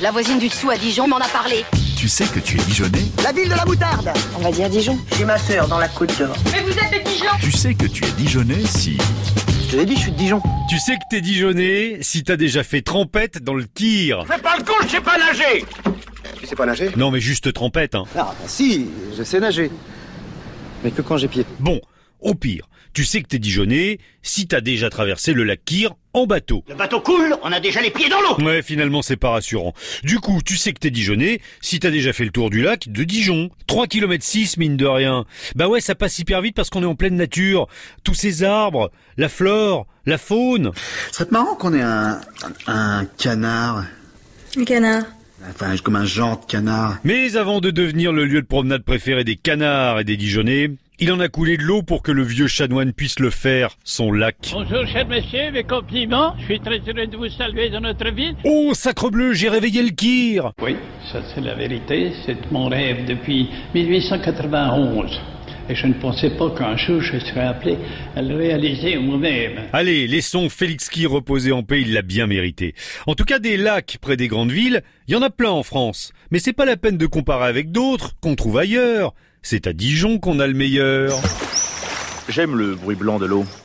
La voisine du dessous à Dijon m'en a parlé. Tu sais que tu es Dijonais La ville de la moutarde On va dire Dijon. J'ai ma sœur dans la Côte d'Or. Mais vous êtes de Dijon Tu sais que tu es Dijonais si... Je te l'ai dit, je suis de Dijon. Tu sais que t'es Dijonais si t'as déjà fait trompette dans le tir. Fais pas le con, je sais pas nager Tu sais pas nager Non mais juste trompette, hein. Ah, bah si, je sais nager. Mais que quand j'ai pied. Bon, au pire, tu sais que t'es Dijonais si t'as déjà traversé le lac Kyr en bateau. Le bateau coule, on a déjà les pieds dans l'eau Ouais, finalement, c'est pas rassurant. Du coup, tu sais que t'es Dijonais si t'as déjà fait le tour du lac de Dijon. 3 km 6, mine de rien. Bah ouais, ça passe hyper vite parce qu'on est en pleine nature. Tous ces arbres, la flore, la faune. Ça serait marrant qu'on ait un, un, un canard. Un canard. Enfin, comme un genre de canard. Mais avant de devenir le lieu de promenade préféré des canards et des Dijonnais, il en a coulé de l'eau pour que le vieux chanoine puisse le faire, son lac. Bonjour, cher monsieur, mes compliments. Je suis très heureux de vous saluer dans notre ville. Oh, sacrebleu, j'ai réveillé le kir Oui, ça c'est la vérité. C'est mon rêve depuis 1891. Et je ne pensais pas qu'un jour je serais appelé à le réaliser moi-même. Allez, laissons Félix Kir reposer en paix, il l'a bien mérité. En tout cas, des lacs près des grandes villes, il y en a plein en France. Mais c'est pas la peine de comparer avec d'autres qu'on trouve ailleurs. C'est à Dijon qu'on a le meilleur. J'aime le bruit blanc de l'eau.